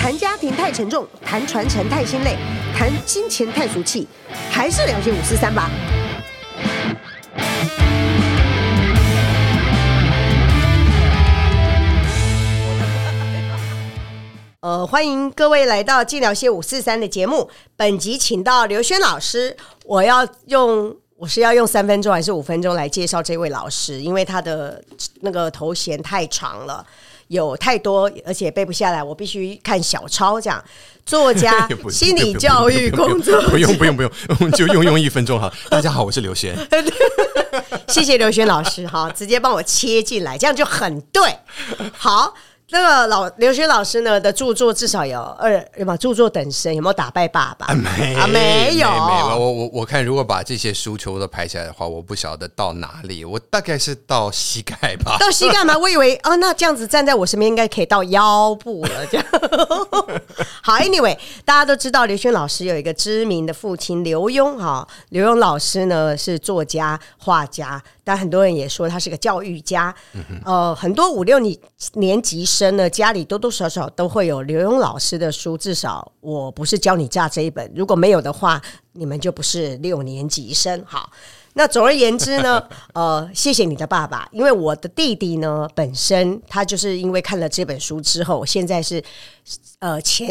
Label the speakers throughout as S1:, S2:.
S1: 谈家庭太沉重，谈传承太心累，谈金钱太俗气，还是聊些五四三吧。呃，欢迎各位来到《尽聊些五四三》的节目。本集请到刘轩老师，我要用我是要用三分钟还是五分钟来介绍这位老师？因为他的那个头衔太长了，有太多，而且背不下来，我必须看小抄这样。作家
S2: 也不、
S1: 心理教育工作
S2: 不用不用不 用，我们就用用一分钟好。大家好，我是刘轩。
S1: 谢谢刘轩老师，好，直接帮我切进来，这样就很对。好，那个老刘轩老师呢的著作至少有二，有没有著作等身？有没有打败爸爸？
S2: 没
S1: 啊，没有，
S2: 没有。我我我看，如果把这些书全部都排起来的话，我不晓得到哪里，我大概是到膝盖 吧。
S1: 到膝盖吗？我以为哦，那这样子站在我身边应该可以到腰部了。这样 好，Anyway，大家都知道刘轩老师有一个知名的父亲刘墉哈，刘墉老师呢是作家、画家，但很多人也说他是个教育家。呃，很多五六年年级生呢，家里多多少少都会有刘墉老师的书，至少我不是教你炸这一本，如果没有的话，你们就不是六年级生。好。那总而言之呢，呃，谢谢你的爸爸，因为我的弟弟呢，本身他就是因为看了这本书之后，现在是呃前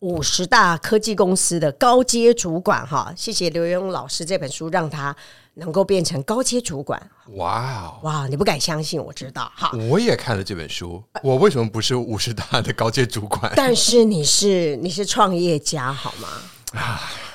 S1: 五十大科技公司的高阶主管哈。谢谢刘墉老师这本书，让他能够变成高阶主管。
S2: 哇哦！
S1: 哇，你不敢相信，我知道哈。
S2: 我也看了这本书，我为什么不是五十大的高阶主 管？
S1: 但是你是你是创业家好吗？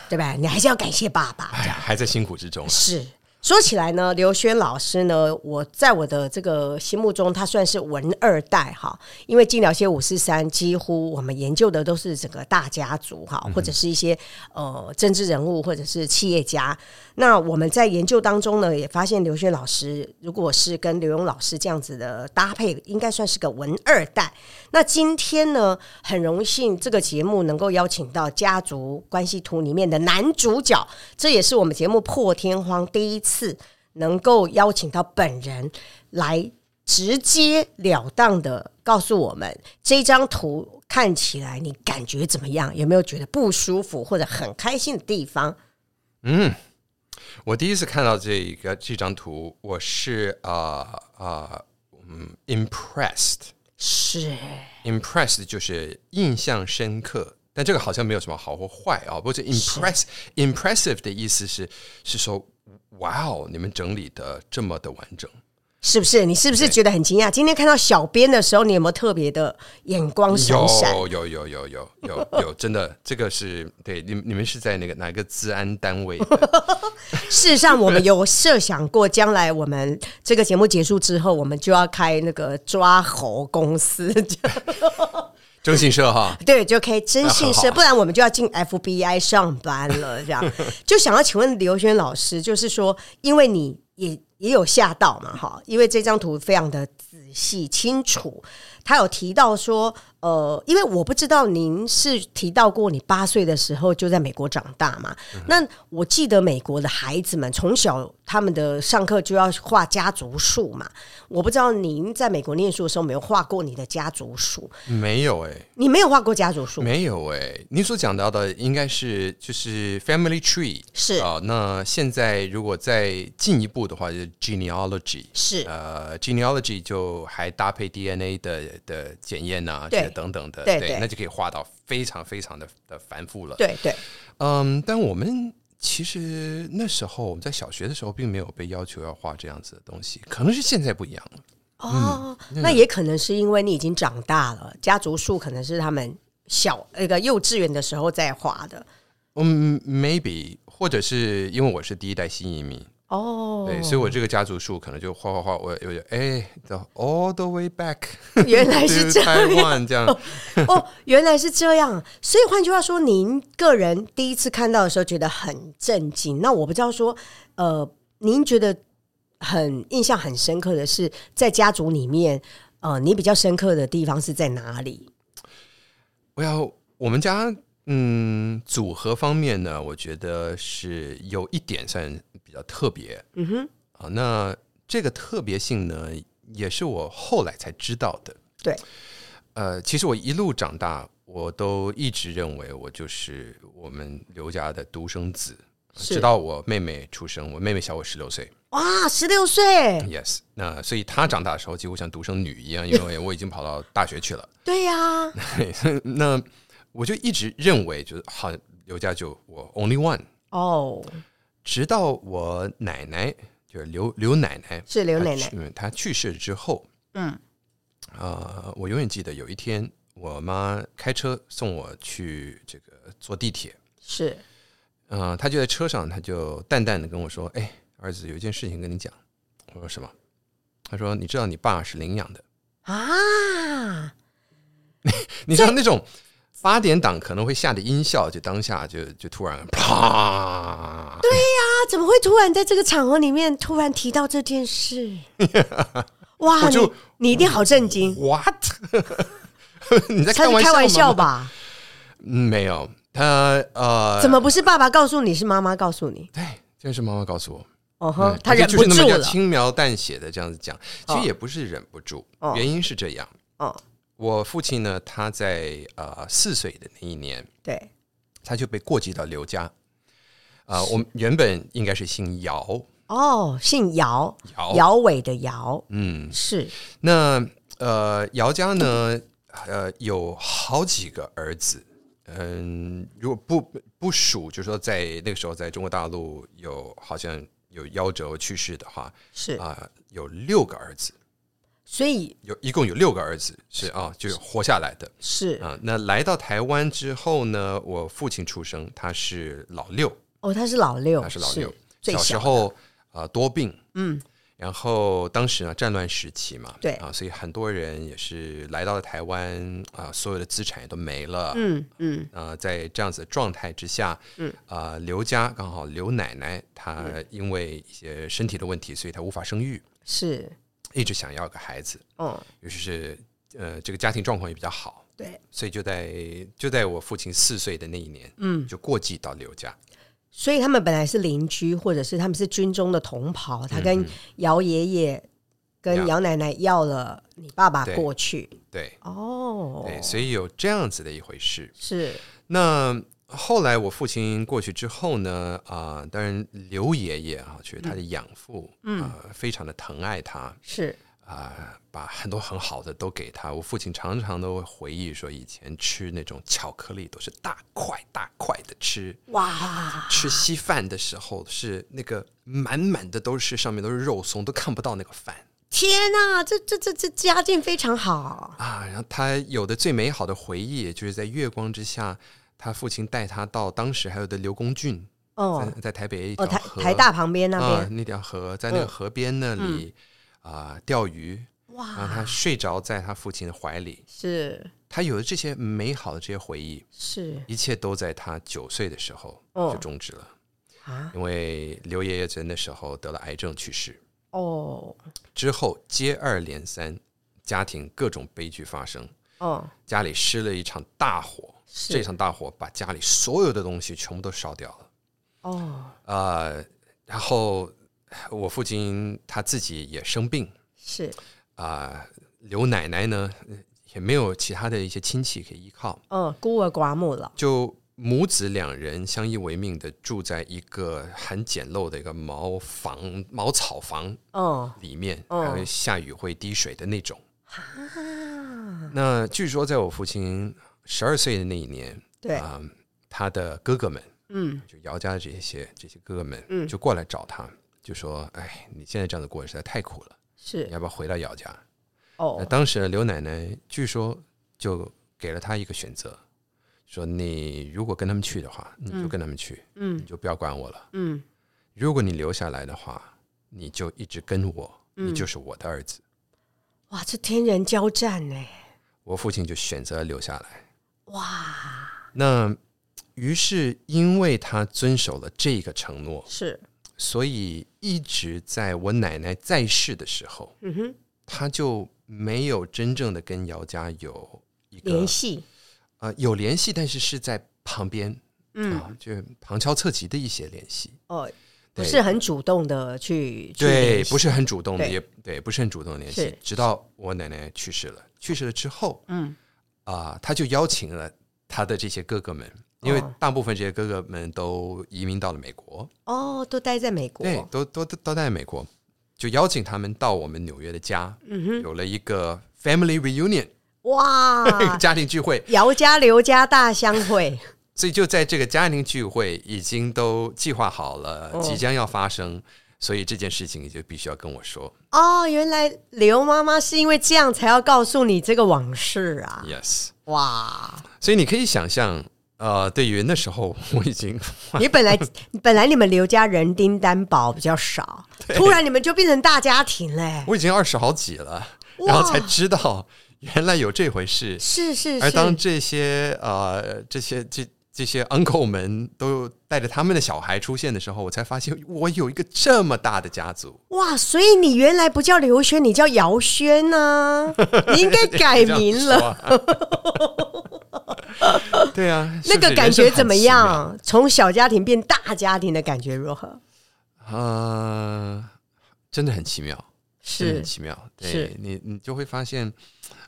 S1: 对吧？你还是要感谢爸爸。
S2: 哎呀，还在辛苦之中。
S1: 是说起来呢，刘轩老师呢，我在我的这个心目中，他算是文二代哈，因为进了些五四三，几乎我们研究的都是整个大家族哈，或者是一些呃政治人物或者是企业家。那我们在研究当中呢，也发现刘轩老师如果是跟刘墉老师这样子的搭配，应该算是个文二代。那今天呢，很荣幸这个节目能够邀请到《家族关系图》里面的男主角，这也是我们节目破天荒第一次能够邀请到本人来直截了当的告诉我们这张图看起来你感觉怎么样？有没有觉得不舒服或者很开心的地方？
S2: 我第一次看到这一个这张图，我是啊啊、嗯，impressed。
S1: 是
S2: impressed 就是印象深刻，但这个好像没有什么好或坏啊。不过这 impress impressive 的意思是是说，哇哦，你们整理的这么的完整，
S1: 是不是？你是不是觉得很惊讶？今天看到小编的时候，你有没有特别的眼光闪闪？
S2: 有有有有有有 有，真的，这个是对你你们是在哪个哪个治安单位 的？
S1: 事实上，我们有设想过，将来我们这个节目结束之后，我们就要开那个抓猴公司， 就
S2: 征信 社哈，
S1: 对，就可以征信社，
S2: 啊好
S1: 不然我们就要进 FBI 上班了。这样，就想要请问刘轩老师，就是说，因为你也也有吓到嘛，哈，因为这张图非常的仔细清楚，他有提到说，呃，因为我不知道您是提到过你八岁的时候就在美国长大嘛，那我记得美国的孩子们从小他们的上课就要画家族树嘛，我不知道您在美国念书的时候有没有画过你的家族树，
S2: 没有哎、
S1: 你没有画过家族树吗。
S2: 没有哎、你所讲到的应该是就是 family tree
S1: 是
S2: 啊、那现在如果再进一步的话，就是 genealogy
S1: 是
S2: 呃 genealogy 就还搭配 DNA 的的检验呐、
S1: 对
S2: 这等等的，
S1: 对对
S2: 那就可以画到非常非常的的繁复了。
S1: 对对，
S2: 嗯，但我们其实那时候我们在小学的时候并没有被要求要画这样子的东西，可能是现在不一样了。
S1: 哦，那也可能是因为你已经长大了，家族树可能是他们小那个幼稚园的时候在画的。
S2: 嗯，maybe 或者是因为我是第一代新移民，
S1: 哦，
S2: 对，所以我这个家族树可能就画画画，我有哎，the all the way back
S1: 原来是
S2: to
S1: 这样
S2: Taiwan 这样，
S1: 哦，原来是这样。所以换句话说，您个人第一次看到的时候觉得很震惊。那我不知道说，呃，您觉得很印象很深刻的是在家族里面，呃，你比较深刻的地方是在哪里？
S2: 我要我们家嗯组合方面呢，我觉得是有一点算比较特别。嗯哼，啊，那这个特别性呢，也是我后来才知道的。
S1: 对，
S2: 呃，其实我一路长大，我都一直认为我就是我们刘家的独生子，
S1: 是
S2: 直到我妹妹出生，我妹妹小我十六岁。
S1: 哇，十六岁，
S2: Yes，那所以她长大的时候几乎像独生女一样，因为我已经跑到大学去了。
S1: 对呀、
S2: 那我就一直认为就是好，刘家就我 only one，
S1: 哦，
S2: 直到我奶奶就是刘刘奶奶，
S1: 是刘奶
S2: 她
S1: 奶
S2: 去，嗯，她去世之后，
S1: 嗯，
S2: 呃，我永远记得有一天，我妈开车送我去这个坐地铁，
S1: 是
S2: 呃，她就在车上，她就淡淡的跟我说：“哎，儿子，有一件事情跟你讲。”我说：“什么？”她说：“你知道你爸是领养的，
S1: 啊，
S2: 你知道那种。”八点档可能会下的音效，就当下就就突然啪，对，
S1: 他怎么会突然在这个场合里面突然提到这件 事？哇，
S2: 我就
S1: 你你一定好震惊，
S2: what？你在
S1: 他
S2: 开
S1: 是
S2: 玩
S1: 开玩笑
S2: 吗？
S1: 吧？
S2: 嗯没有，他呃，
S1: 怎么不是爸爸告诉你，是妈妈告诉你？
S2: 对，这是妈妈告诉我，
S1: 哦呵
S2: 嗯，
S1: 他忍
S2: 就
S1: 不
S2: 是那
S1: 住
S2: 么叫
S1: 了。
S2: 轻描淡写的这样子讲，其
S1: 哦
S2: 实也不是忍不住，
S1: 哦
S2: 原因是这样。
S1: 哦，
S2: 我父亲呢，他在呃四岁的那一年，
S1: 对，
S2: 他就被过继到刘家。啊、我们原本应该是姓姚，
S1: 哦，姓姚，
S2: 姚
S1: 姚伟的姚，
S2: 哦嗯，
S1: 是
S2: 那呃，姚家呢，呃，有好几个儿子，嗯，如果不不数，就是说在那个时候，在中国大陆有好像有夭折去世的话，
S1: 是，
S2: 啊、有六个儿子，
S1: 所以
S2: 有一共有六个儿子是啊，就是活下来的
S1: 是
S2: 啊、那来到台湾之后呢，我父亲出生，他是老六，
S1: 哦，他是老六，
S2: 他是老六，
S1: 最
S2: 时
S1: 小的
S2: 候啊、呃多病，
S1: 嗯，
S2: 然后当时呢，战乱时期嘛，
S1: 对
S2: 啊，所以很多人也是来到了台湾啊，所有的资产也都没了。
S1: 嗯嗯，
S2: 呃，在这样子的状态之下，嗯，啊，刘家刚好刘奶奶她
S1: 嗯
S2: 因为一些身体的问题，所以她无法生育，
S1: 是，
S2: 一直想要个孩子，
S1: 哦，
S2: 尤其是呃，这个家庭状况也比较好，
S1: 对，
S2: 所以就在就在我父亲四岁的那一年，嗯，就过继到刘家，
S1: 所以他们本来是邻居，或者是他们是军中的同袍，
S2: 嗯
S1: 他跟姚爷爷、跟
S2: 呀
S1: 姚奶奶要了你爸爸
S2: 嗯对
S1: 过去，
S2: 对
S1: 哦，
S2: 对，所以有这样子的一回事，
S1: 是
S2: 那后来我父亲过去之后呢，啊、当然刘爷爷啊，就是他的养父，嗯、非常的疼爱他，
S1: 是，
S2: 啊、把很多很好的都给他。我父亲常常都会回忆说，以前吃那种巧克力都是大块大块的吃，
S1: 哇，
S2: 吃稀饭的时候是那个满满的都是上面都是肉松，都看不到那个饭。
S1: 天哪、这这这这家境非常好，
S2: 啊，然后他有的最美好的回忆，就是在月光之下，他父亲带他到当时还有的刘公郡，
S1: 哦
S2: 在在台北一条
S1: 哦，台
S2: 河，
S1: 台大旁边那
S2: 啊
S1: 边，嗯
S2: 那条河，在那个河边那里啊、钓鱼，然后
S1: 哇，
S2: 他睡着在他父亲的怀里，
S1: 是
S2: 他有了这些美好的这些回忆，
S1: 是
S2: 一切都在他九岁的时候
S1: 哦
S2: 就终止了，
S1: 啊，
S2: 因为刘爷爷在那时候得了癌症去世，
S1: 哦
S2: 之后接二连三，家庭各种悲剧发生。
S1: 哦，
S2: 家里失了一场大火，
S1: 是
S2: 这场大火把家里所有的东西全部都烧掉了。
S1: 哦
S2: 呃，然后我父亲他自己也生病
S1: 是
S2: 啊、刘奶奶呢呃也没有其他的一些亲戚可以依靠，
S1: 哦，孤儿寡母了，
S2: 就母子两人相依为命的住在一个很简陋的一个茅房、茅草房
S1: 哦
S2: 里面，
S1: 嗯
S2: 还有下雨会滴水的那种。
S1: 啊，
S2: 那据说在我父亲十二岁的那一年，
S1: 对，
S2: 啊、他的哥哥们。
S1: 嗯
S2: 就姚家的这些这些哥哥们，
S1: 嗯
S2: 就过来找他，就说：“哎，你现在这样子过得实在太苦了，你
S1: 是
S2: 要不要回到姚家？”那
S1: 哦
S2: 当时刘奶奶据说就给了他一个选择，说：“你如果跟他们去的话，你就跟他们去，
S1: 嗯
S2: 你就不要管我了；
S1: 嗯
S2: 如果你留下来的话，你就一直跟我，
S1: 嗯
S2: 你就是我的儿子。
S1: 哇，这天人交战呢、
S2: 我父亲就选择留下来。
S1: 哇，
S2: 那于是，因为他遵守了这个承诺，
S1: 是，
S2: 所以一直在我奶奶在世的时候，
S1: 嗯哼，
S2: 他就没有真正的跟姚家有一个
S1: 联系，
S2: 呃有联系，但是是在旁边，
S1: 嗯，
S2: 啊，就是旁敲侧击的一些联系。
S1: 哦，不是很主动的去去
S2: 对
S1: 联，系
S2: 不是很主动的，
S1: 对
S2: 也对，不是很主动的联系
S1: 是。
S2: 直到我奶奶去世了，去世了之后，嗯，啊、他就邀请了他的这些哥哥们，因为
S1: 哦
S2: 大部分这些哥哥们都移民到了美国，
S1: 哦，都待在美国，
S2: 对，都都都都在美国，就邀请他们到我们纽约的家，嗯、有了一个 family reunion、，
S1: 哇啊
S2: 家庭聚会，
S1: 姚家刘家大相 会，
S2: 所以就在这个家庭聚会已经都计划好了，
S1: 哦
S2: 即将要发生，所以这件事情你就必须要跟我说
S1: 哦，原来刘妈妈是因为这样才要告诉你这个往事啊！
S2: ，yes。
S1: 哇，
S2: 所以你可以想象，呃，对于那时候 我已经，
S1: 你本来本来你们刘家人丁单薄比较少，突然你们就变成大家庭嘞
S2: 我已经二十好几了，
S1: 哇
S2: 然后才知道原来有这回事。
S1: 是是
S2: 而哎当
S1: 是，
S2: 这些呃这些这这些 uncle 们都带着他们的小孩出现的时候，我才发现我有一个这么大的家 族。
S1: 哇，所以你原来不叫刘轩，你叫姚轩 呐、你应该改名了。
S2: 了。啊 对啊，
S1: 那
S2: 是不
S1: 个
S2: 是
S1: 感觉怎么
S2: 人生很奇妙？
S1: 样？从小家庭变大家庭的感觉如何？
S2: 呃，真的很奇妙。真
S1: 是
S2: 的很奇妙。
S1: 是
S2: 对你，你就会发现，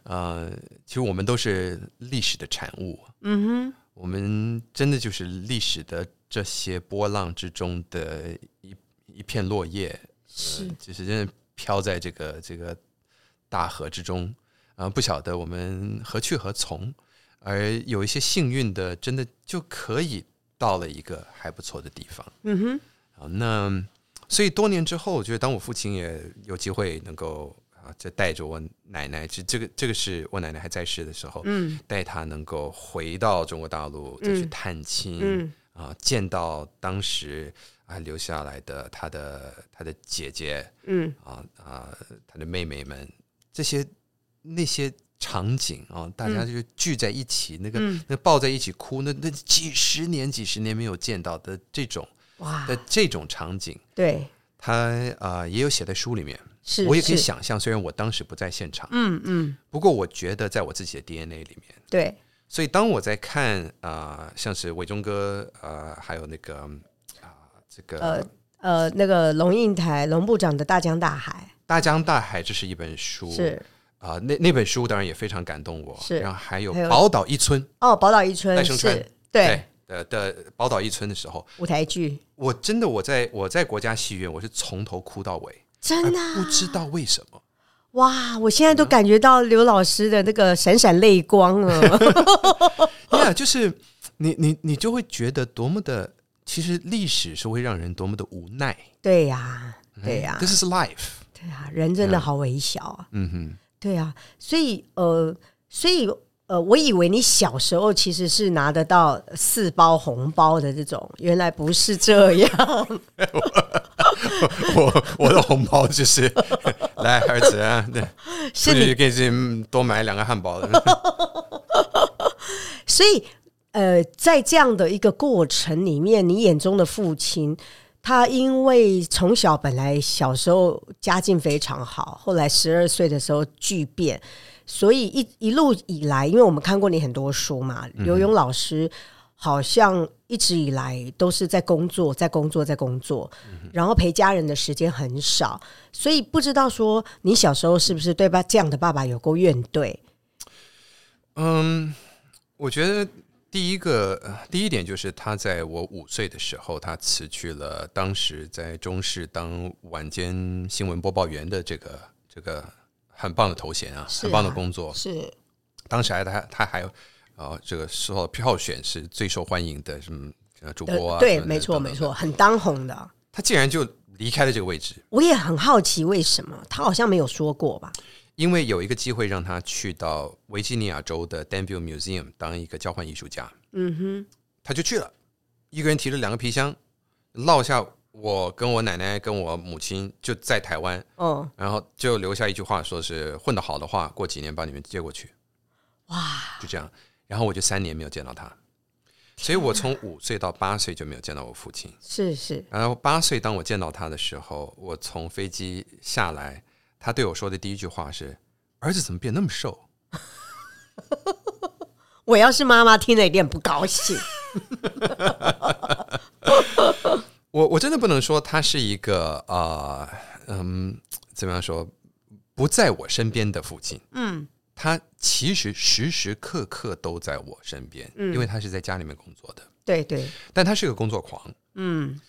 S2: 呃，其实我们都是历史的产物。嗯哼，我们真的就是历史的这些波浪之中的一一片落叶，呃
S1: 是
S2: 就是真的飘在这个这个大河之中。啊、不晓得我们何去何从，而有一些幸运的，真的就可以到了一个还不错的地方。嗯哼，啊，那所以多年之后，我觉得当我父亲也有机会能够啊，再带着我奶奶，这这个这个是我奶奶还在世的时候，嗯，带她能够回到中国大陆再去探亲，
S1: 嗯
S2: 啊，见到当时啊留下来的她的她的姐姐，
S1: 嗯
S2: 啊啊，她的妹妹们，这些那些。场景啊，大家就聚在一起，那个
S1: 嗯
S2: 那抱在一起哭，那那几十年几十年没有见到的这种
S1: 哇，
S2: 的这种场景，
S1: 对，
S2: 他呃也有写在书里面。
S1: 是
S2: 我也可以
S1: 是
S2: 想象，虽然我当时不在现场，
S1: 嗯嗯，
S2: 不过我觉得在我自己的 DNA 里面，
S1: 对，
S2: 所以当我在看啊、呃像是伟忠哥呃，还有那个啊、这个
S1: 呃，那个龙应台龙部长的《大江大海
S2: 《大江大海》，这是一本书，》
S1: 是
S2: 啊、那那本书当然也非常感动我，
S1: 是
S2: 然后还有
S1: 还
S2: 《
S1: 有
S2: 宝岛一村》
S1: 哦，宝岛一村
S2: 赖声川
S1: 是对
S2: 的的《宝岛一村》的时候，
S1: 舞台剧，
S2: 我真的我在我在国家戏院，我是从头哭到尾，
S1: 真
S2: 而
S1: 的啊
S2: 不知道为什么。
S1: 哇！我现在都感觉到刘老师的那个闪闪泪光啊 了。
S2: yeah，就是你你你就会觉得多么的，其实历史是会让人多么的无奈。
S1: 对呀，对呀，
S2: This is life。
S1: 对呀，人真的好微小啊。
S2: 嗯哼，
S1: 对啊，所以呃，所以呃，我以为你小时候其实是拿得到四包红包的这种，原来不是这样。
S2: 我我的红包就是 来儿子啊，对，
S1: 是
S2: 出
S1: 你
S2: 去给自己多买两个汉堡。嗯
S1: 所以，呃，在这样的一个过程里面，你眼中的父亲，他因为从小本来小时候家境非常好，后来十二岁的时候巨变，所以一一路以来，因为我们看过你很多书嘛，刘墉老师。好像一直以来都是在工作，在工作，在工作，然后陪家人的时间很少，所以不知道说你小时候是不是对爸这样的爸爸有过怨怼？
S2: 嗯，我觉得第一个呃第一点就是他在我五岁的时候，他辞去了当时在中视当晚间新闻播报员的这个这个很棒的头衔啊，
S1: 是
S2: 很棒的
S1: 啊
S2: 工作。
S1: 是
S2: 当时还他他还呃这个时候票选是最受欢迎的什么呃主播啊，
S1: 对，
S2: 什么的
S1: 没错，
S2: 等等
S1: 没错，很当红的。
S2: 他竟然就离开了这个位置，
S1: 我也很好奇为什么他好像没有说过吧？
S2: 因为有一个机会让他去到维吉尼亚州的 Danville Museum 当一个交换艺术家，
S1: 嗯哼，
S2: 他就去了，一个人提着两个皮箱，落下我跟我奶奶跟我母亲就在台湾，
S1: 哦，
S2: 然后就留下一句话，说是混得好的话，过几年把你们接过去。
S1: 哇，
S2: 就这样。然后我就三年没有见到他，所以我从五岁到八岁就没有见到我父亲。
S1: 是是，
S2: 然后八岁当我见到他的时候，我从飞机下来，他对我说的第一句话是：“儿子怎么变那么瘦
S1: 我要是妈妈听了一定很不高兴。？”
S2: 我我真的不能说他是一个啊、呃，嗯，怎么样说不在我身边的父亲，嗯，他其实时时刻刻都在我身边，因为他是在家里面工作的，
S1: 对对，
S2: 但他是个工作狂，
S1: 嗯，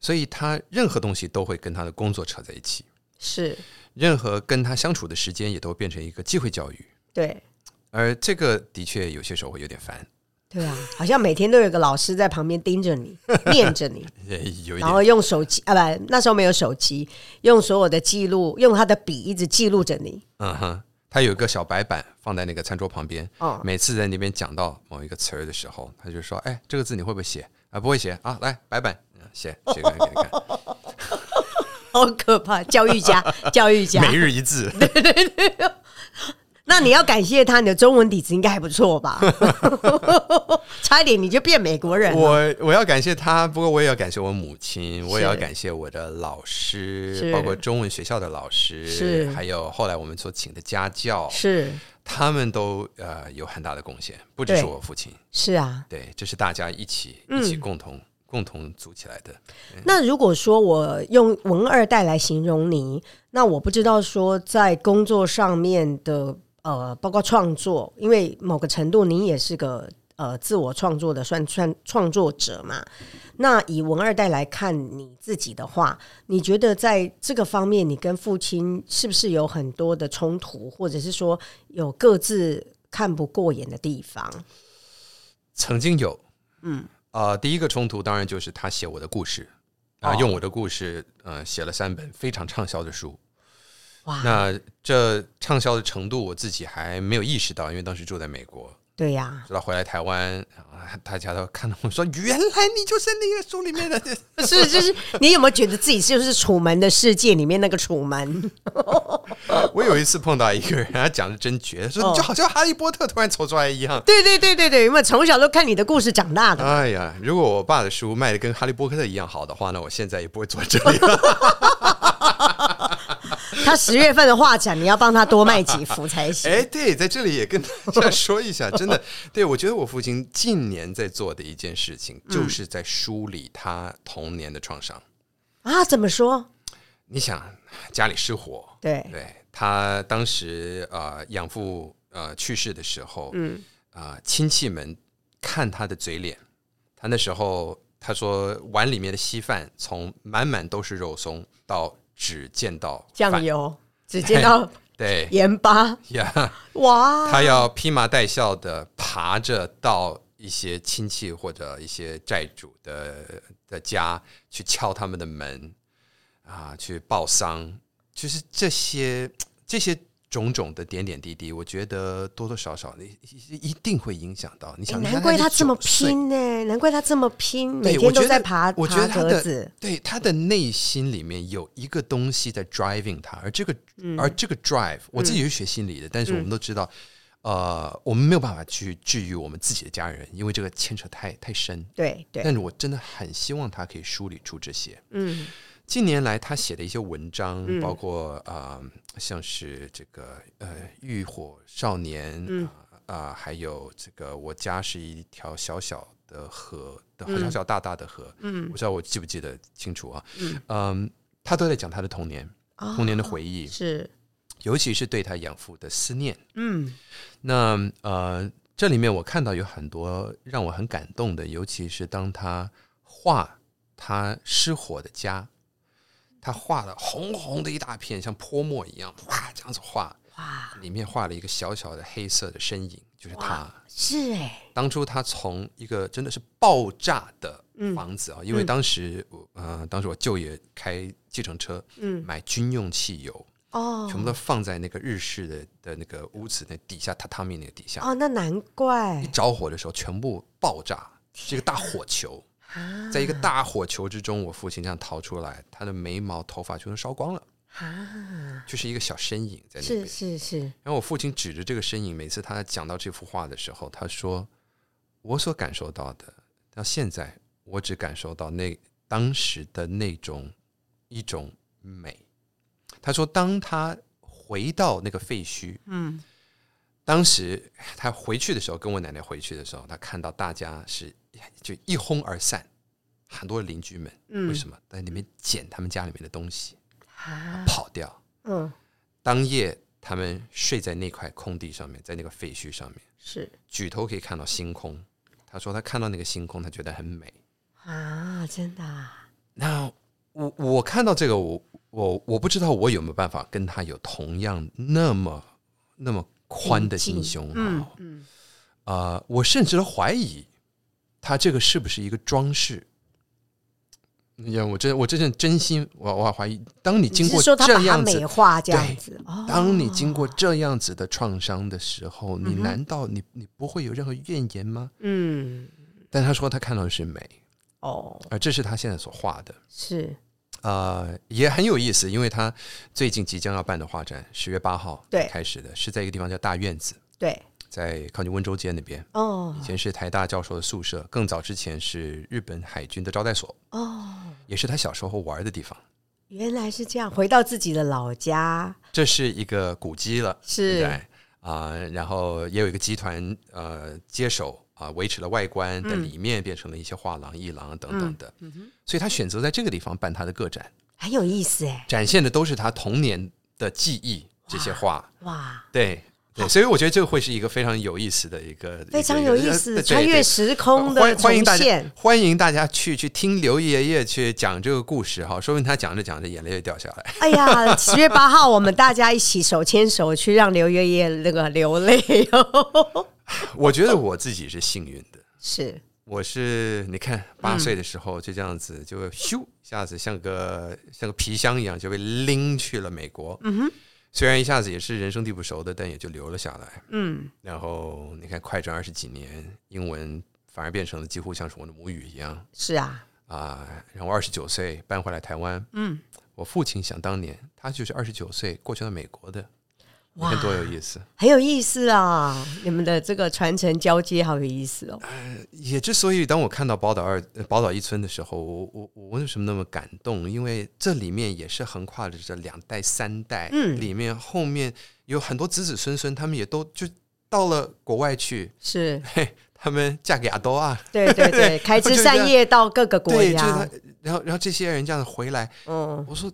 S2: 所以他任何东西都会跟他的工作扯在一起，
S1: 是，
S2: 任何跟他相处的时间也都变成一个机会教育，
S1: 对
S2: 而这个的确有些时候会有点烦，
S1: 对啊，好像每天都有个老师在旁边盯着你，念着你，
S2: 也 有一
S1: 然
S2: 点
S1: 后用手机啊，不，那时候没有手机，用所有的记录，用他的笔一直记录着你。
S2: 嗯哼，他有一个小白板放在那个餐桌旁边，
S1: 哦
S2: 每次在那边讲到某一个词儿的时候，他就说：“哎，这个字你会不会写？啊，不会写啊，来白板嗯写写个给你看，
S1: 好可怕！教育家，教育家。
S2: 每日 一字。
S1: 那你要感谢他，你的中文底子应该还不错吧？ 差一点你就变美国人了。
S2: 我我要感谢他，不过我也要感谢我母亲，我也要
S1: 是
S2: 感谢我的老师
S1: 是，
S2: 包括中文学校的老师
S1: 是，
S2: 还有后来我们所请的家教，
S1: 是
S2: 他们都呃有很大的贡献，不只
S1: 对
S2: 是我父亲，
S1: 是啊，
S2: 对，这是大家一起一起共同、共同组起来的。
S1: 那如果说我用文二代来形容你，那我不知道说在工作上面的呃，包括创作，因为某个程度你也是个呃自我创作的算算创作者嘛。那以文二代来看你自己的话，你觉得在这个方面，你跟父亲是不是有很多的冲突，或者是说有各自看不过眼的地方？
S2: 曾经有，嗯，呃，第一个冲突当然就是他写我的故事，啊、用我的故事，呃，写了三本非常畅销的书。
S1: 哇，
S2: 那这畅销的程度，我自己还没有意识到，因为当时住在美国，
S1: 对呀、
S2: 直到回来台湾，啊大家都看到我说，原来你就是那个书里面的。
S1: 是就是你有没有觉得自己就是《楚门的世界》里面那个楚门？
S2: 我有一次碰到一个人，他讲的真绝，说
S1: 哦
S2: 就好像哈利波特突然走出来一样。
S1: 对对对对对，因为从小都看你的故事长大的，
S2: 哎呀，如果我爸的书卖的跟哈利波特一样好的话，那我现在也不会坐这里了。
S1: 他十月份的画展，你要帮他多卖几幅才 行。
S2: 哎，对，在这里也跟大 家说一下，真的，对我觉得我父亲近年在做的一件事情，
S1: 嗯
S2: 就是在梳理他童年的创伤。
S1: 啊，怎么说？
S2: 你想，家里失火，
S1: 对
S2: 对他当时呃养父呃去世的时候，嗯啊、亲戚们看他的嘴脸，他那时候他说碗里面的稀饭从满满都是肉松到只见到
S1: 酱
S2: 饭，
S1: 油只见到
S2: 对
S1: 盐巴，
S2: 呀。
S1: 哇，
S2: 他要披麻戴孝的爬着到一些亲戚或者一些债主的的家去敲他们的门啊，去报丧，就是这些这些种种的点点滴滴，我觉得多多少少你一定会影响到。你
S1: 哎
S2: 想，
S1: 难怪他
S2: 他
S1: 这么
S2: 19岁
S1: 拼呢，难怪他这么拼，
S2: 对
S1: 每天都在爬
S2: 我觉
S1: 爬
S2: 得我觉得他
S1: 格
S2: 的
S1: 子。
S2: 对他的内心里面有一个东西在 driving 他，而这个、
S1: 嗯
S2: 而这个 drive，我自己是学心理的，但是我们都知道，呃，我们没有办法去治愈我们自己的家人，因为这个牵扯太太深。
S1: 对对，
S2: 但是我真的很希望他可以梳理出这些。
S1: 嗯，
S2: 近年来他写的一些文章，包括啊、呃像是这个呃《浴火少年》啊、啊还有这个我家是一条小小的河，小小大大的河，嗯，我不知道我记不记得清楚啊，嗯，哦他都在讲他的童年，童年的回忆，
S1: 是，
S2: 尤其是对他养父的思念。
S1: 嗯，
S2: 那呃，这里面我看到有很多让我很感动的，尤其是当他画他失火的家，他画了红红的一大片，像泼墨一样，哇，这样子画，
S1: 哇，
S2: 里面画了一个小小的黑色的身影，就是他。
S1: 是哎，
S2: 当初他从一个真的是爆炸的房子啊，因为当时我呃，当时我舅爷开计程车，嗯，买军用汽油，
S1: 哦
S2: 全部都放在那个日式的的那个屋子那底下榻榻米那个底下，
S1: 哦，那难怪
S2: 一着火的时候全部爆炸，是一个大火球。
S1: 啊
S2: 在一个大火球之中，我父亲这样逃出来，他的眉毛、头发全都烧光了，
S1: 啊，
S2: 就是一个小身影在那边
S1: 是。是是，
S2: 然后我父亲指着这个身影，每次他讲到这幅画的时候，他说：“我所感受到的，到现在我只感受到那当时的那种一种美。”他说，当他回到那个废墟，
S1: 嗯，
S2: 当时他回去的时候，跟我奶奶回去的时候，他看到大家是就一哄而散，很多邻居们，为什么在里面捡他们家里面的东西，跑掉？
S1: 啊嗯，
S2: 当夜他们睡在那块空地上面，在那个废墟上面，
S1: 是
S2: 举头可以看到星空。他说他看到那个星空，他觉得很美。
S1: 啊，真的、啊，
S2: 那我我看到这个，我我我不知道我有没有办法跟他有同样那么那么宽的心胸啊。嗯，啊、我甚至都怀疑他这个是不是一个装饰。呀，我真我真是真心，我我怀疑，当你经
S1: 你
S2: 过
S1: 是说他
S2: 这
S1: 把它
S2: 样子
S1: 美化这样
S2: 对
S1: 子哦，
S2: 当你经过这样子的创伤的时候，你难道你你不会有任何怨言吗？
S1: 嗯，
S2: 但他说他看到的是美，
S1: 哦，
S2: 而这是他现在所画的，
S1: 是
S2: 呃，也很有意思，因为他最近即将要办的画展，十月八号
S1: 对
S2: 开始的，是在一个地方叫大院子，
S1: 对，
S2: 在靠近温州街那边，
S1: 哦
S2: 以前是台大教授的宿舍，更早之前是日本海军的招待所，
S1: 哦，
S2: 也是他小时候玩的地方。
S1: 原来是这样，回到自己的老家
S2: 这是一个古迹了，
S1: 是
S2: 对啊、然后也有一个集团呃接手啊、维持了外观，但
S1: 嗯
S2: 里面变成了一些画廊、艺廊等等的，所以他选择在这个地方办他的个展，
S1: 很有意思哎，
S2: 展现的都是他童年的记忆这些画，
S1: 哇，
S2: 对。对，所以我觉得这会是一个非常有意思的一个，
S1: 非常
S2: 一个
S1: 有意思，
S2: 呃对
S1: 穿越
S2: 对
S1: 时空的
S2: 欢欢
S1: 重
S2: 迎大家
S1: 现，，
S2: 欢迎大家去去听刘爷爷去讲这个故事哈，说不定他讲着讲着眼泪就掉下来。
S1: 哎 呀，十月八号，我们大家一起手牵手去让刘爷爷那个流泪哦。
S2: 我觉得我自己是幸运的，
S1: 是，
S2: 我是你看八岁的时候就这样子，就咻一下子像个像个皮箱一样就被拎去了美国。嗯哼，虽然一下子也是人生地不熟的，但也就留了下来。
S1: 嗯，
S2: 然后你看，快转二十几年，英文反而变成了几乎像是我的母语一样
S1: 是啊，
S2: 啊。然后二十九岁搬回来台湾，
S1: 嗯，
S2: 我父亲想当年他就是二十九岁过去到美国的，你
S1: 哇
S2: 看多有意思。
S1: 很有意思啊！你们的这个传承交接好有意思哦。
S2: 也之所以当我看到宝岛二、呃宝岛一村的时候，我我我为什么那么感动？因为这里面也是横跨着这两代、三代，
S1: 嗯
S2: 里面后面有很多子子孙孙，他们也都就到了国外去，
S1: 是，
S2: 嘿，他们嫁给阿多啊，
S1: 对 对对，开枝散叶到各个国
S2: 对，就是他
S1: 家，，
S2: 然后然后这些人这样回来，
S1: 嗯，
S2: 我说。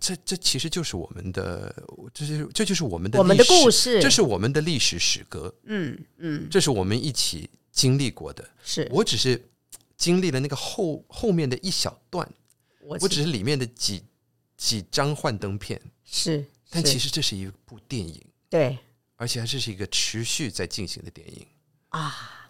S2: 这这其实就是我们的，这就是这就是我们的
S1: 我们的
S2: 历史
S1: 故事
S2: 这是我们的历史史歌，
S1: 嗯嗯，
S2: 这是我们一起经历过的。
S1: 是
S2: 我只是经历了那个后后面的一小段，
S1: 我
S2: 我只是里面的几几张幻灯片，
S1: 是，
S2: 但
S1: 是
S2: 其实这是一部电影，
S1: 对
S2: 而且这是一个持续在进行的电影。
S1: 啊，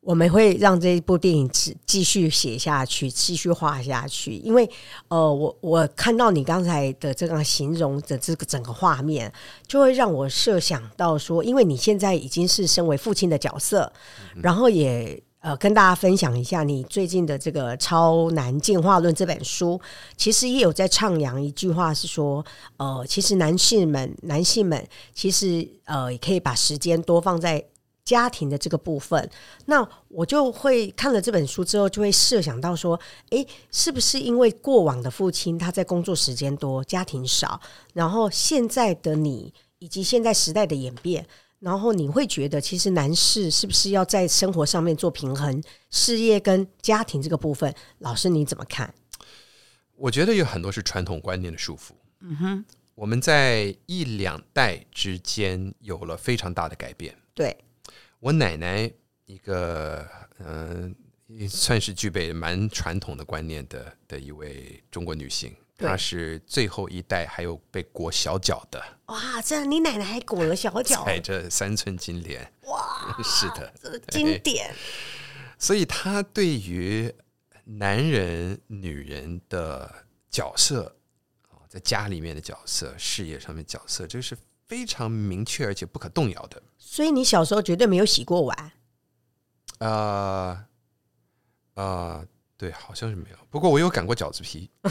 S1: 我们会让这一部电影继继续写下去，继续画下去。因为呃，我我看到你刚才的这个形容的这个整个画面，就会让我设想到说，因为你现在已经是身为父亲的角色，然后也。呃，跟大家分享一下你最近的这个《超难进化论》这本书，其实也有在倡扬一句话，是说，呃，其实男性们，男性们其实呃，也可以把时间多放在家庭的这个部分，那我就会看了这本书之后，就会设想到说，诶，是不是因为过往的父亲他在工作时间多，家庭少，然后现在的你以及现在时代的演变，然后你会觉得其实男士是不是要在生活上面做平衡，事业跟家庭这个部分，老师你怎么看？
S2: 我觉得有很多是传统观念的束缚。嗯哼，我们在一两代之间有了非常大的改变。
S1: 对，
S2: 我奶奶一个嗯、也算是具备蛮传统的观念的的一位中国女性，
S1: 对
S2: 她是最后一代还有被裹小脚的，
S1: 哇，这你奶奶还裹了小脚，
S2: 踩着三寸金莲。哇， 是的，
S1: 这经典
S2: 所以她对于男人、女人的角色啊，在家里面的角色、事业上面角色，这是非常明确而且不可动摇的。
S1: 所以你小时候绝对没有洗过碗，
S2: 呃，呃，对，好像是没有。不过我有擀过饺子皮，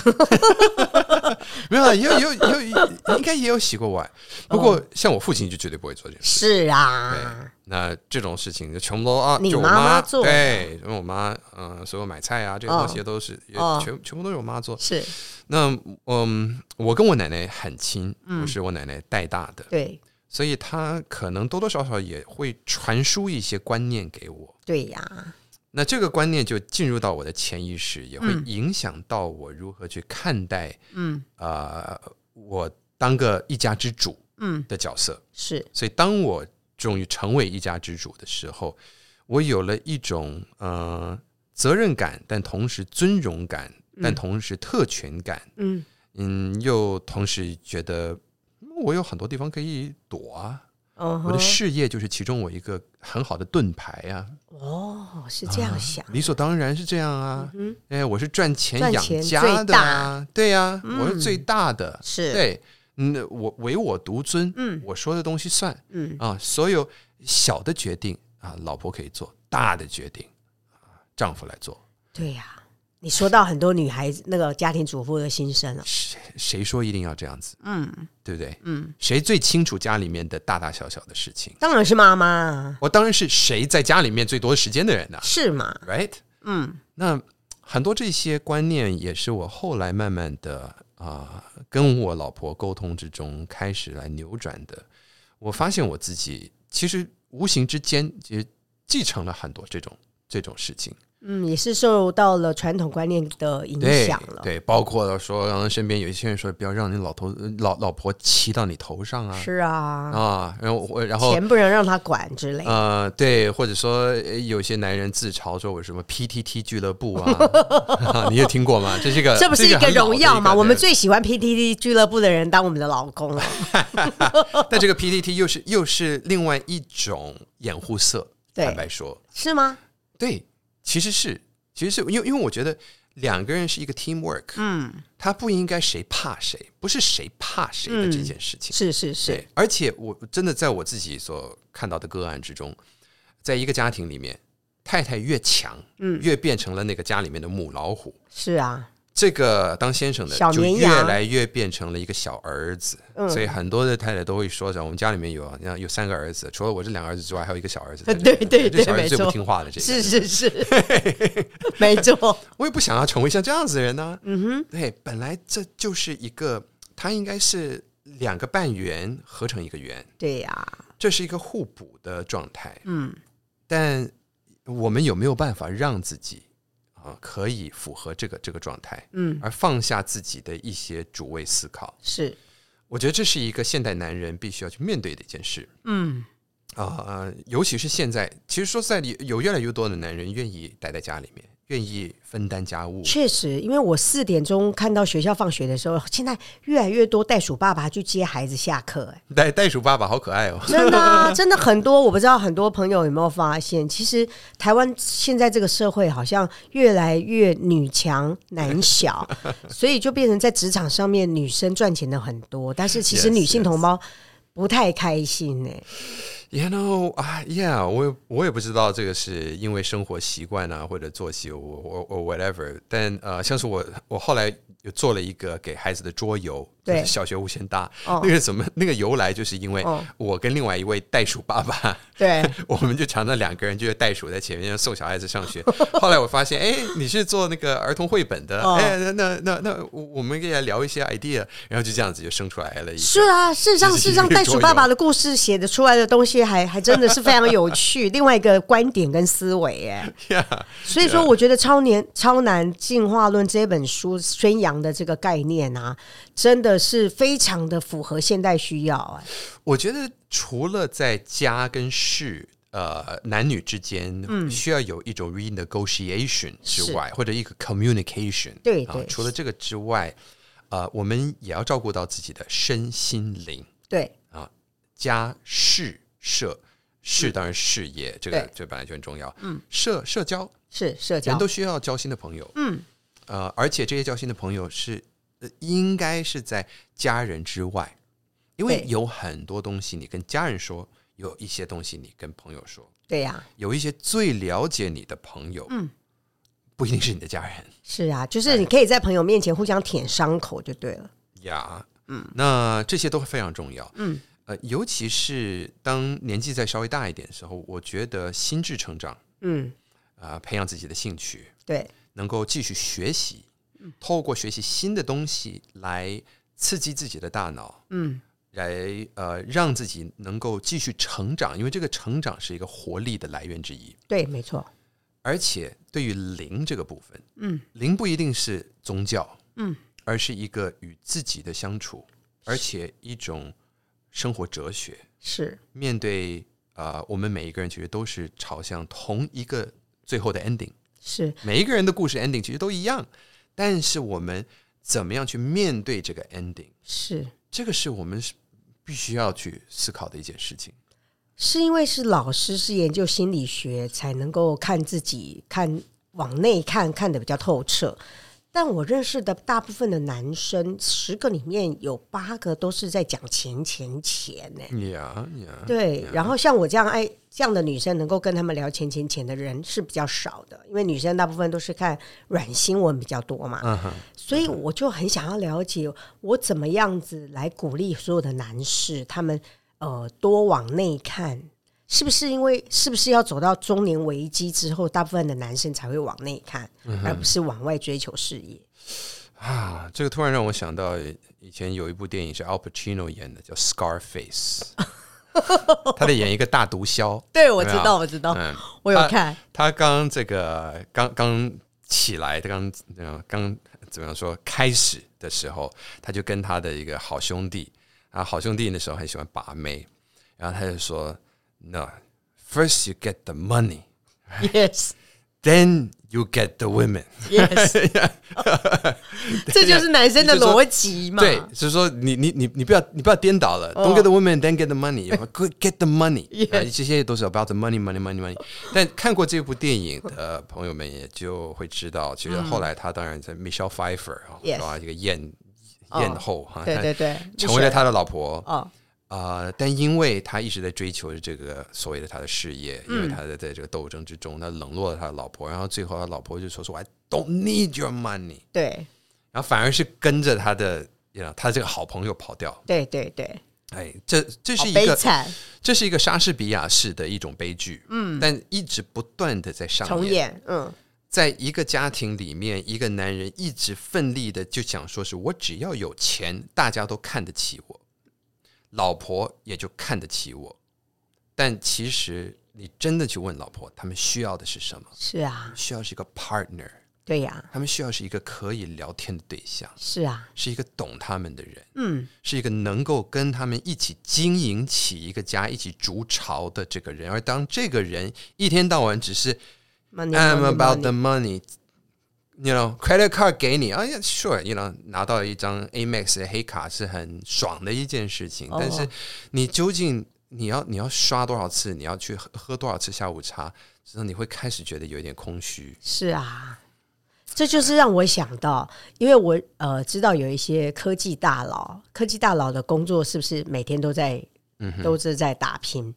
S2: 没有啊，也有也有也有，应该也有洗过碗。不过
S1: 嗯
S2: 像我父亲就绝对不会做这种。
S1: 是
S2: 对
S1: 啊。，
S2: 那这种事情就全部都啊，
S1: 你
S2: 就我
S1: 妈妈
S2: 妈
S1: 做的
S2: 对，因为我妈，嗯、所有买菜啊，这些
S1: 哦
S2: 东西都是、也
S1: 哦
S2: 全全部都是我妈做。
S1: 是
S2: 那嗯，我跟我奶奶很亲，
S1: 嗯
S2: 我是我奶奶带大的，
S1: 对
S2: 所以她可能多多少少也会传输一些观念给我。
S1: 对呀、
S2: 那这个观念就进入到我的潜意识，也会影响到我如何去看待，嗯，呃，我当个一家之主，嗯的角色。
S1: 是
S2: 所以当我终于成为一家之主的时候，我有了一种呃责任感，但同时尊荣感，但同时特权感。
S1: 嗯
S2: 嗯，又同时觉得嗯我有很多地方可以躲啊，
S1: 嗯
S2: 我的
S1: 哼
S2: 事业就是其中我一个很好的盾牌啊，
S1: 哦，是这样想，
S2: 理所当然是这样啊。哎，我是赚钱
S1: 嗯赚钱
S2: 养家
S1: 最
S2: 的
S1: 大嗯
S2: 啊，对呀、我是最大的，
S1: 是
S2: 对，嗯，我唯我独尊，
S1: 嗯
S2: 我说的东西算，
S1: 嗯
S2: 啊，所有小的决定啊，老婆可以做，大的决定啊丈夫来做。
S1: 对呀、你说到很多女孩子那个家庭主妇的心声啊了，
S2: 谁谁说一定要这样子？
S1: 嗯
S2: 对不对？
S1: 嗯，
S2: 谁最清楚家里面的大大小小的事情？
S1: 当然是妈妈啊，
S2: 我当然是谁在家里面最多时间的人呐、
S1: 是嘛？
S2: r i g h t
S1: 嗯
S2: 那很多这些观念也是我后来慢慢的啊、跟我老婆沟通之中开始来扭转的。我发现我自己其实无形之间也继承了很多这种这种事情。
S1: 嗯，也是受到了传统观念的影
S2: 对
S1: 响了，
S2: 对，包括了说，然后身边有一些人说，不要让你老头呃老老婆骑到你头上啊，
S1: 是啊，
S2: 啊，然后我然后
S1: 钱不能让她管之类的。
S2: 呃，对，或者说呃有些男人自嘲说我什么 PTT 俱乐部 啊， 你也听过吗？这呃是一个
S1: 这不是
S2: 一
S1: 一个
S2: 很老的
S1: 荣耀吗？
S2: 一个
S1: 我们
S2: 对
S1: 最喜欢 PTT 俱乐部的人当我们的老公啊 了，
S2: 但这个 PTT 又是又是另外一种掩护色，
S1: 对
S2: 坦白说，
S1: 是吗？
S2: 对，其实是其实是因为因为我觉得两个人是一个 teamwork，
S1: 嗯，
S2: 他不应该谁怕谁，不是谁怕谁的这
S1: 嗯
S2: 件事情。
S1: 是是是，
S2: 对，而且我真的在我自己所看到的个案之中，在一个家庭里面，太太越强，
S1: 嗯
S2: 越变成了那个家里面的母老虎。
S1: 是啊，
S2: 这个当先生的
S1: 小
S2: 就
S1: 绵
S2: 越
S1: 羊
S2: 来越变成了一个小儿子，
S1: 嗯
S2: 所以很多的太太都会说着，我们家里面有好像有三个儿子，除了我这两个儿子之外，还有一个小儿子在 这
S1: 对
S2: 里面。
S1: 对
S2: 这
S1: 对
S2: 小儿子
S1: 没
S2: 最不
S1: 错
S2: 听话的这个，
S1: 是是是， 没错，
S2: 我也不想要成为像这样子的人呢、嗯哼，对，本来这就是一个，它应该是两个半圆合成一个圆，
S1: 对呀、
S2: 这是一个互补的状态。
S1: 嗯，
S2: 但我们有没有办法让自己啊可以符合这个这个状态，
S1: 嗯，
S2: 而放下自己的一些主位思考？
S1: 是，
S2: 我觉得这是一个现代男人必须要去面对的一件事
S1: 嗯，
S2: 啊、呃尤其是现在，其实说实在的，有越来越多的男人愿意待在家里面，愿意分担家务。
S1: 确实，因为我四点钟看到学校放学的时候，现在越来越多袋鼠爸爸去接孩子下课、哎
S2: 袋袋鼠爸爸好可爱哦，
S1: 真的、啊，真的很多，我不知道很多朋友有没有发现，其实台湾现在这个社会好像越来越女强男 小，所以就变成在职场上面女生赚钱的很多，但是其实
S2: Yes,
S1: 女性同胞不太开心哎呢、
S2: You know 啊、yeah，我也我也不知道这个是因为生活习惯啊，或者作息，我我我 whatever 但。呃，像是我我后来有做了一个给孩子的桌游，就是
S1: 对
S2: 小学无限大，
S1: 哦
S2: 那个怎么那个由来，就是因为
S1: 哦
S2: 我跟另外一位袋鼠爸爸，
S1: 对，
S2: 我们就常常两个人就是袋鼠在前面送小孩子上学。 后来我发现，哎，你是做那个儿童绘本的，
S1: 哦
S2: 哎，那那那那我我们可以来聊一些 idea，然后就这样子就生出来了一个。
S1: 是啊，事实上，
S2: 就是
S1: 事实上，
S2: 一个
S1: 袋鼠
S2: 桌
S1: 爸
S2: 游
S1: 爸的故事写的出来的东西 还还真的是非常有趣，另外一个观点跟思维，哎，
S2: Yeah
S1: 所以说，我觉得《超年超难进化论》这本书宣扬的这个概念啊，真的是非常的符合现代需要、哎，
S2: 我觉得除了在家跟事，呃，男女之间
S1: 嗯
S2: 需要有一种 renegotiation 之外，或者一个 communication。
S1: 对
S2: 啊
S1: 对，
S2: 除了这个之外，呃，我们也要照顾到自己的身心灵，
S1: 对
S2: 家事社。事当然事业，这个
S1: 对
S2: 这本来就很重要。嗯，社社交，
S1: 是社
S2: 人
S1: 交
S2: 都，需要交心的朋友。
S1: 嗯，
S2: 呃，而且这些交心的朋友是、呃、应该是在家人之外，因为
S1: 对
S2: 有很多东西你跟家人说，有一些东西你跟朋友说，
S1: 对呀、
S2: 有一些最了解你的朋友，嗯，不一定是你的家人
S1: 是啊，
S2: 哎
S1: 就是你可以在朋友面前互相舔伤口就对了，
S2: 呀。嗯，那这些都非常重要。嗯，呃，尤其是当年纪再稍微大一点的时候，我觉得心智成长
S1: 嗯，
S2: 啊、培养自己的兴趣，
S1: 对，
S2: 能够继续学习，透过学习新的东西来刺激自己的大脑，
S1: 嗯，
S2: 来呃让自己能够继续成长，因为这个成长是一个活力的来源之一。
S1: 对，没错，
S2: 而且对于灵这个部分，嗯，灵不一定是宗教，嗯，而是一个与自己的相处，而且一种生活哲学。
S1: 是
S2: 面对呃，我们每一个人其实都是朝向同一个最后的 ending，
S1: 是
S2: 每一个人的故事 ending 其实都一样，但是我们怎么样去面对这个 ending，
S1: 是，
S2: 这个是我们是必须要去思考的一件事情。
S1: 是因为是老师是研究心理学，才能够看自己看往内看看得比较透彻。但我认识的大部分的男生，十个里面有八个都是在讲钱钱钱欸呢、
S2: 呀呀，
S1: 对，然后像我这样爱这样的女生，能够跟他们聊钱钱钱的人是比较少的，因为女生大部分都是看软新闻比较多嘛，
S2: 嗯哼，
S1: 所以我就很想要了解，我怎么样子来鼓励所有的男士，他们呃多往内看，是不是因为是不是要走到中年危机之后，大部分的男生才会往内看，而不是往外追求事业？
S2: 啊，这个突然让我想到以前有一部电影是 Al Pacino 演的，叫《Scarface》，他在演一个大毒枭。
S1: 对，啊我
S2: 我
S1: 知
S2: 知道
S1: 道，我 知道，
S2: 嗯，
S1: 我有看，
S2: 他刚这个刚刚起来，他刚呃刚怎么样说开始的时候，他就跟他的一个好兄弟啊，好兄弟那时候很喜欢把妹，然后他就说：“No, first you get the money,
S1: yes
S2: then you get the women。”
S1: yes，这就是男生的
S2: 你就说
S1: 逻辑嘛，
S2: 对，就是说你你你你不要你不要颠倒了、d o n t get the woman, then get the money, Go get the money，
S1: Yes
S2: 啊这些都是 about the money, money, money, money。但看过这部电影的朋友们也就会知道，其实后来他当然在 Michelle Pfeiffer 啊、
S1: Yes
S2: 啊这个艳艳后哈，
S1: 对对对
S2: 她成为了他的老婆
S1: 哦，
S2: 啊，但因为他一直在追求这个所谓的他的事业，因为他在在这个斗争之中，他冷落了他的老婆，然后最后他老婆就说说 I don't need your money，
S1: 对
S2: 然后反而是跟着他的，you know，他这个好朋友跑掉。
S1: 对对对，
S2: 哎，这这
S1: 好
S2: 是一
S1: 悲
S2: 个
S1: 惨，
S2: 这是一个莎士比亚式的一种悲剧，嗯，但一直不断的在上
S1: 重
S2: 演。
S1: 演，嗯，
S2: 在一个家庭里面，一个男人一直奋力的就想说是我只要有钱，大家都看得起我，老婆也就看得起我。但其实你真的去问老婆，他们需要的是什么？
S1: 是啊，
S2: 需要是一个 partner，
S1: 对呀、
S2: 他们需要是一个可以聊天的对象。
S1: 是啊，
S2: 是一个懂他们的人，
S1: 嗯，
S2: 是一个能够跟他们一起经营起一个家、一起筑巢的这个人。而当这个人一天到晚只是
S1: money,
S2: I'm
S1: money,
S2: about the
S1: money
S2: money，you know，credit card 给你，哎呀，sure，you know，拿到一张 Amex 的黑卡是很爽的一件事情，
S1: 哦
S2: 但是你究竟你要你要刷多少次，你要去喝喝多少次下午茶，之后你会开始觉得有一点空虚。
S1: 是啊，这就是让我想到，因为我呃知道有一些科技大佬，科技大佬的工作是不是每天都在，都是在打拼？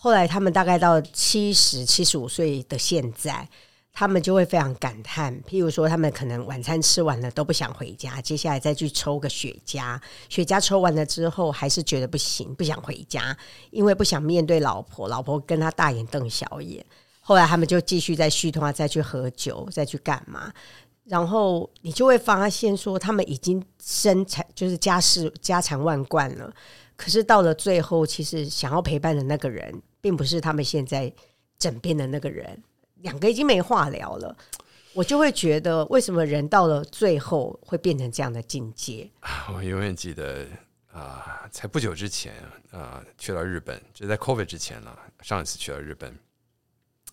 S1: 后来他们大概到七十、七十五岁的现在，他们就会非常感叹，譬如说他们可能晚餐吃完了都不想回家，接下来再去抽个雪茄，雪茄抽完了之后还是觉得不行，不想回家，因为不想面对老婆，老婆跟他大眼瞪小眼。后来他们就继续再续通话，再去喝酒，再去干嘛？然后你就会发现说，他们已经身产就是家世家产万贯了，可是到了最后，其实想要陪伴的那个人，并不是他们现在枕边的那个人，两个已经没话聊了。我就会觉得，为什么人到了最后会变成这样的境界？
S2: 我永远记得啊、才不久之前啊、去了日本，就在 COVID 之前了。上一次去了日本，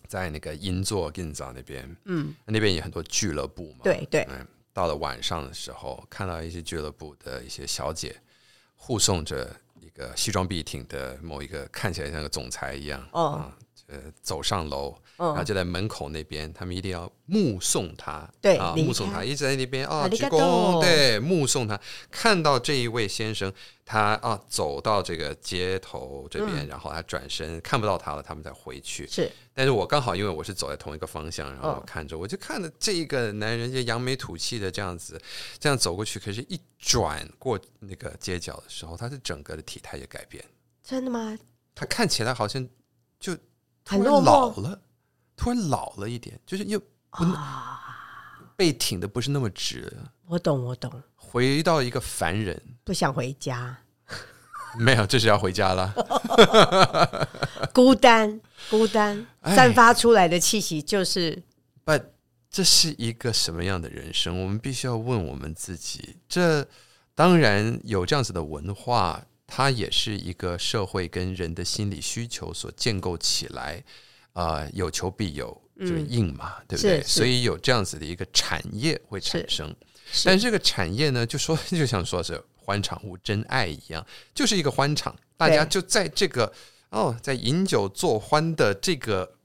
S2: 在那个银座 Ginza 那边，嗯，那边也很多俱乐部嘛。
S1: 对对，
S2: 嗯，到了晚上的时候，看到一些俱乐部的一些小姐护送着一个西装笔挺的某一个看起来像个总裁一样，
S1: 哦
S2: 啊，呃，走上楼，
S1: 嗯
S2: 然后就在门口那边，他们一定要目送他，
S1: 对
S2: 啊，
S1: 离
S2: 目送
S1: 开
S2: 他，一直在那边啊，
S1: あり
S2: 鞠
S1: がと
S2: 躬，
S1: う
S2: 对，目送他，看到这一位先生，他啊走到这个街头这
S1: 嗯
S2: 边，然后他转身看不到他了，他们再回去，
S1: 是
S2: 但是我刚好因为我是走在同一个方向，然后我
S1: 嗯
S2: 看着，我就看着这个男人就扬眉吐气的这样子，这样走过去，可是，一转过那个街角的时候，他的整个的体态也改变，
S1: 真的吗？
S2: 他看起来好像就突
S1: 很
S2: 然
S1: 落
S2: 老
S1: 寞
S2: 了，突然老了一点，就是又
S1: 啊！
S2: 背挺的不是那么直，
S1: 我懂，我懂，
S2: 回到一个凡人。
S1: 不想回家。
S2: 没有，这是要回家了。
S1: 孤单，孤单
S2: 哎
S1: 散发出来的气息就是。
S2: But 这是一个什么样的人生？我们必须要问我们自己。这当然有这样子的文化，它也是一个社会跟人的心理需求所建构起来。啊、有求必有，就是应嘛，对不对？
S1: 嗯是是
S2: 所以有这样子的一个产业会产生。但是这个产业呢，就说 就像说是欢场无真爱一样，就是一个欢场，大家就在这个哦，在饮酒作欢的这个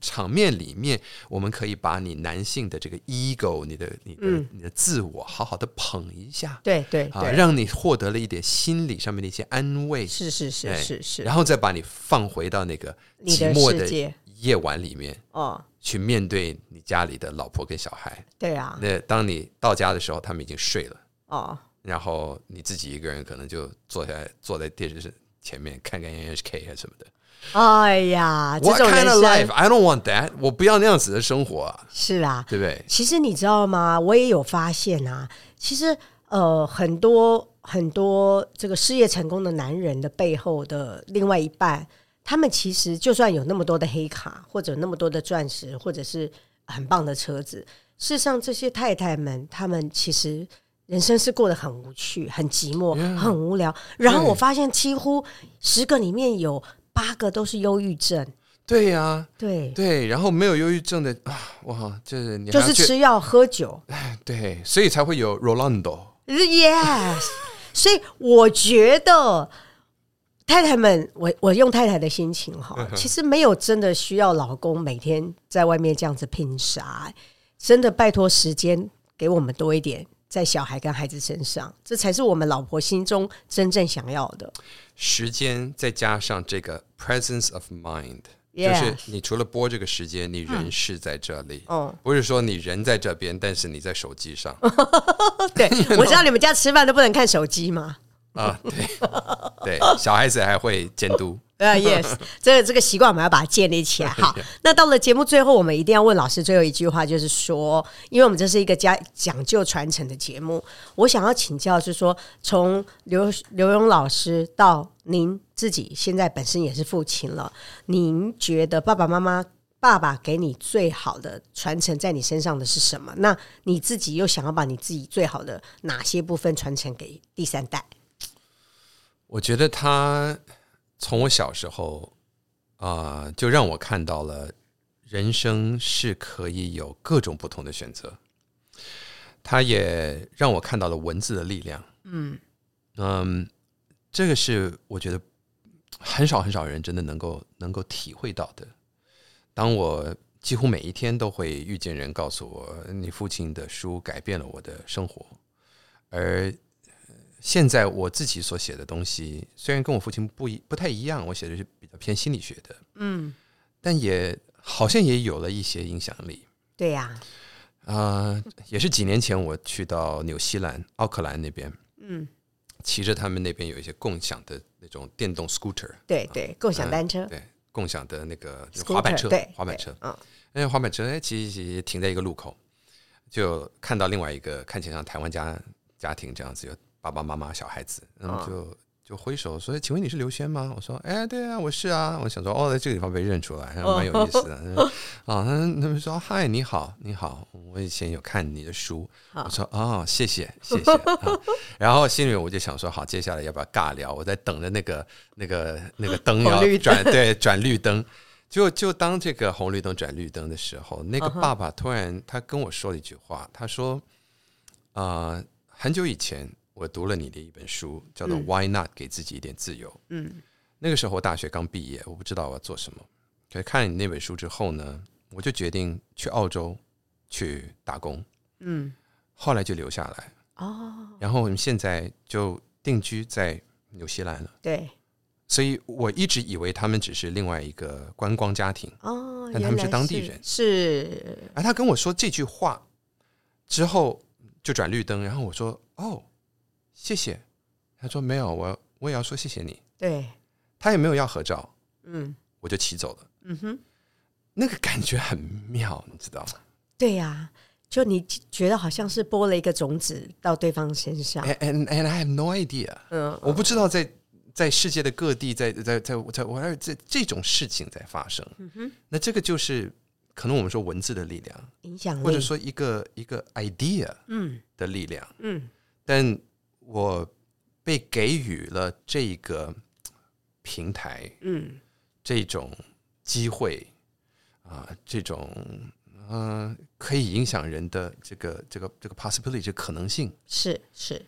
S2: 场面里面，我们可以把你男性的这个 ego，你的你的、你的自我，好好的捧一下
S1: 对对
S2: 啊，
S1: 嗯对，
S2: 让你获得了一点心理上面的一些安慰，
S1: 是是是
S2: 哎
S1: 是是
S2: 然后再把你放回到那个
S1: 你的
S2: 寂寞
S1: 世
S2: 的
S1: 界
S2: 夜晚里面。
S1: 哦，
S2: 去面对你家里的老婆跟小孩。
S1: 对啊，
S2: 那当你到家的时候，他们已经睡了，
S1: 哦，
S2: 然后你自己一个人可能就坐下来，坐在电视前面看看 NHK 啊什么的。
S1: 哎呀，这
S2: What
S1: 种人啊
S2: kind of
S1: 生
S2: life? I don't want that. 我不要那样子的生活、啊，
S1: 是啦，
S2: 对不对？
S1: 其实你知道吗？我也有发现啊，其实呃，很多很多这个事业成功的男人的背后的另外一半，他们其实就算有那么多的黑卡，或者那么多的钻石，或者是很棒的车子，事实上这些太太们，她们其实。人生是过得很无趣、很寂寞、
S2: 嗯
S1: 很无聊。然后我发现，几乎十个里面有八个都是忧郁症。
S2: 对呀、
S1: 对，
S2: 对。然后没有忧郁症的啊，哇，就是嗯你还
S1: 就
S2: 要
S1: 是
S2: 去
S1: 吃药、喝酒。
S2: 对，所以才会有 Rolando。
S1: Yes，所以我觉得太太们，我我用太太的心情哈，其实没有真的需要老公每天在外面这样子拼杀，真的拜托时间给我们多一点。在小孩跟孩子身上，这才是我们老婆心中真正想要的。
S2: 时间再加上这个 presence of mind，、
S1: Yes
S2: 就是你除了播这个时间，你人是在这里，
S1: 嗯
S2: 不是说你人在这边，但是你在手机 上
S1: 对，我知道你们家吃饭都不能看手机嘛。
S2: 啊，对对，小孩子还会监督。
S1: 呃、y e s 这个这个习惯我们要把它建立起来。好，那到了节目最后，我们一定要问老师最后一句话，就是说，因为我们这是一个家讲究传承的节目，我想要请教，就是说，从刘刘勇老师到您自己，现在本身也是父亲了，您觉得爸爸妈妈？爸爸给你最好的传承在你身上的是什么？那你自己又想要把你自己最好的哪些部分传承给第三代？
S2: 我觉得他从我小时候啊、就让我看到了人生是可以有各种不同的选择。他也让我看到了文字的力量。嗯嗯，这个是我觉得很少很少人真的能够能够体会到的。当我几乎每一天都会遇见人告诉我，你父亲的书改变了我的生活，而现在我自己所写的东西，虽然跟我父亲不一不太一样，我写的是比较偏心理学的，嗯，但也好像也有了一些影响力。
S1: 对呀、
S2: 啊，也是几年前我去到纽西兰奥克兰那边，嗯，骑着他们那边有一些共享的那种电动 scooter，
S1: 对对，共享单车，
S2: 对，共享的那个
S1: Scooter，
S2: 滑板车
S1: 对，
S2: 滑板车，
S1: 嗯，
S2: 那滑板车哎骑骑骑停在一个路口，就看到另外一个看起来像台湾家家庭这样子，有爸爸妈妈、小孩子，那么就。就挥手说：“请问你是刘轩吗？”我说：“哎，对啊，我是啊。”我想说：“哦，在这个地方被认出来，还蛮有意思的。嗯啊，他们说：“嗨，你好，你好，我以前有看你的书。”我说：“哦，谢谢，谢谢。啊” 然后心里我就想说：“好，接下来要不要尬聊？”我在等着那个、那个、那个灯
S1: 红
S2: 要
S1: 绿
S2: 转，对，转绿灯。就就当这个红绿灯转绿灯的时候，那个爸爸突然他跟我说了一句话，他说：“啊、很久以前我读了你的一本书，叫做《Why Not 给自己一点自由》。嗯，那个时候我大学刚毕业，我不知道我要做什么。可是看了你那本书之后呢，我就决定去澳洲去打工。
S1: 嗯，
S2: 后来就留下来，
S1: 哦，
S2: 然后我们现在就定居在纽西兰了。
S1: 对，
S2: 所以我一直以为他们只是另外一个观光家庭。”
S1: 哦，
S2: 但他
S1: 原
S2: 们是
S1: 来
S2: 当地人
S1: 是
S2: 而他跟我说这句话之后就转绿灯，然后我说哦，谢谢。他说没有，我我也要说谢谢你。
S1: 对，
S2: 他也没有要合照，
S1: 嗯
S2: 我就骑走了。
S1: 嗯哼，
S2: 那个感觉很妙，你知道吗？
S1: 对呀、就你觉得好像是播了一个种子到对方身上，啊
S2: 哎 And and, and I have no idea，
S1: 嗯，
S2: 我不知道在在世界的各地，在在在在我这这种事情在发生。那这个就是可能我们说文字的力量，
S1: 影响
S2: 或者
S1: 力，
S2: 说一个一个 idea
S1: 嗯
S2: 的力量。
S1: 嗯，
S2: 但我被给予了这个平台，
S1: 嗯，
S2: 这种机会啊、这种呃可以影响人的这个这个这个 possibility 这个可能性，
S1: 是是，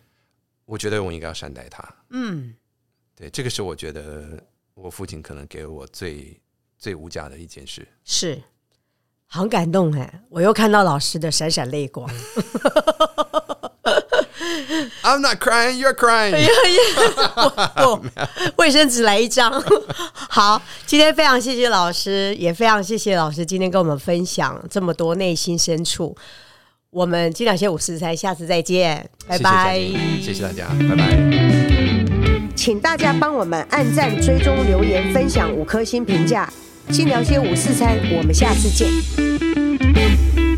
S2: 我觉得我应该要善待它。
S1: 嗯
S2: 对，这个是我觉得我父亲可能给我最最无价的一件事。
S1: 是，很感动哎！我又看到老师的闪闪泪光。
S2: I'm not crying, you're crying。
S1: 不，卫生纸来一张。好，今天非常谢谢老师，也非常谢谢老师今天跟我们分享这么多内心深处。我们金两些五十三，下次再见，拜拜。
S2: 谢谢嘉宾谢谢大家，拜拜。
S1: 请大家帮我们按赞、追踪、留言、分享五颗星评价。金聊些五四三，我们下次见。